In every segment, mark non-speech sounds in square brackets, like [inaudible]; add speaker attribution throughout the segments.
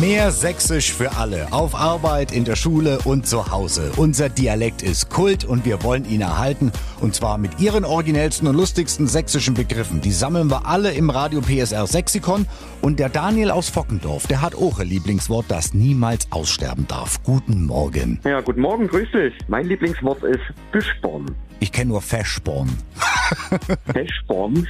Speaker 1: Mehr Sächsisch für alle. Auf Arbeit, in der Schule und zu Hause. Unser Dialekt ist Kult und wir wollen ihn erhalten. Und zwar mit ihren originellsten und lustigsten sächsischen Begriffen. Die sammeln wir alle im Radio PSR Sexikon. Und der Daniel aus Fockendorf, der hat auch ein Lieblingswort, das niemals aussterben darf. Guten Morgen.
Speaker 2: Ja, guten Morgen, grüß dich. Mein Lieblingswort ist Büschborn.
Speaker 1: Ich kenne nur Feschborn.
Speaker 2: Feschborn,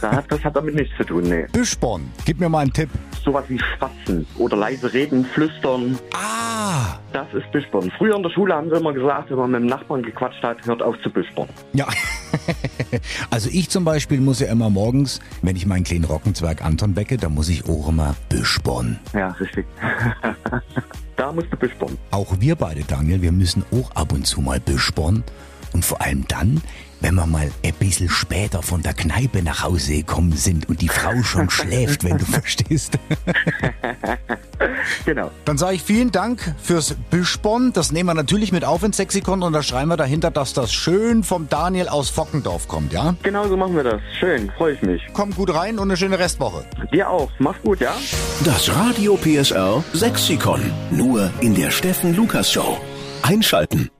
Speaker 2: da hat- das hat damit nichts zu tun, nee.
Speaker 1: Büschborn, gib mir mal einen Tipp.
Speaker 2: Sowas wie Spatzen oder leise reden, flüstern,
Speaker 1: Ah!
Speaker 2: das ist Büschborn. Früher in der Schule haben sie immer gesagt, wenn man mit dem Nachbarn gequatscht hat, hört auf zu Büschborn.
Speaker 1: Ja. [laughs] Also ich zum Beispiel muss ja immer morgens, wenn ich meinen kleinen Rockenzwerg Anton wecke, dann muss ich auch immer büschborn.
Speaker 2: Ja, richtig. [laughs] da musst du Büschborn.
Speaker 1: Auch wir beide, Daniel, wir müssen auch ab und zu mal büschborn. Und vor allem dann, wenn wir mal ein bisschen später von der Kneipe nach Hause gekommen sind und die Frau [laughs] schon schläft, wenn du verstehst.
Speaker 2: Genau.
Speaker 1: [laughs] Dann sage ich vielen Dank fürs Büschborn. Das nehmen wir natürlich mit auf ins Sexikon und da schreiben wir dahinter, dass das schön vom Daniel aus Fockendorf kommt, ja?
Speaker 2: Genau so machen wir das. Schön, freue ich mich.
Speaker 1: Komm gut rein und eine schöne Restwoche.
Speaker 2: Dir auch. Mach's gut, ja?
Speaker 3: Das Radio PSR Sexikon. Nur in der Steffen Lukas Show. Einschalten.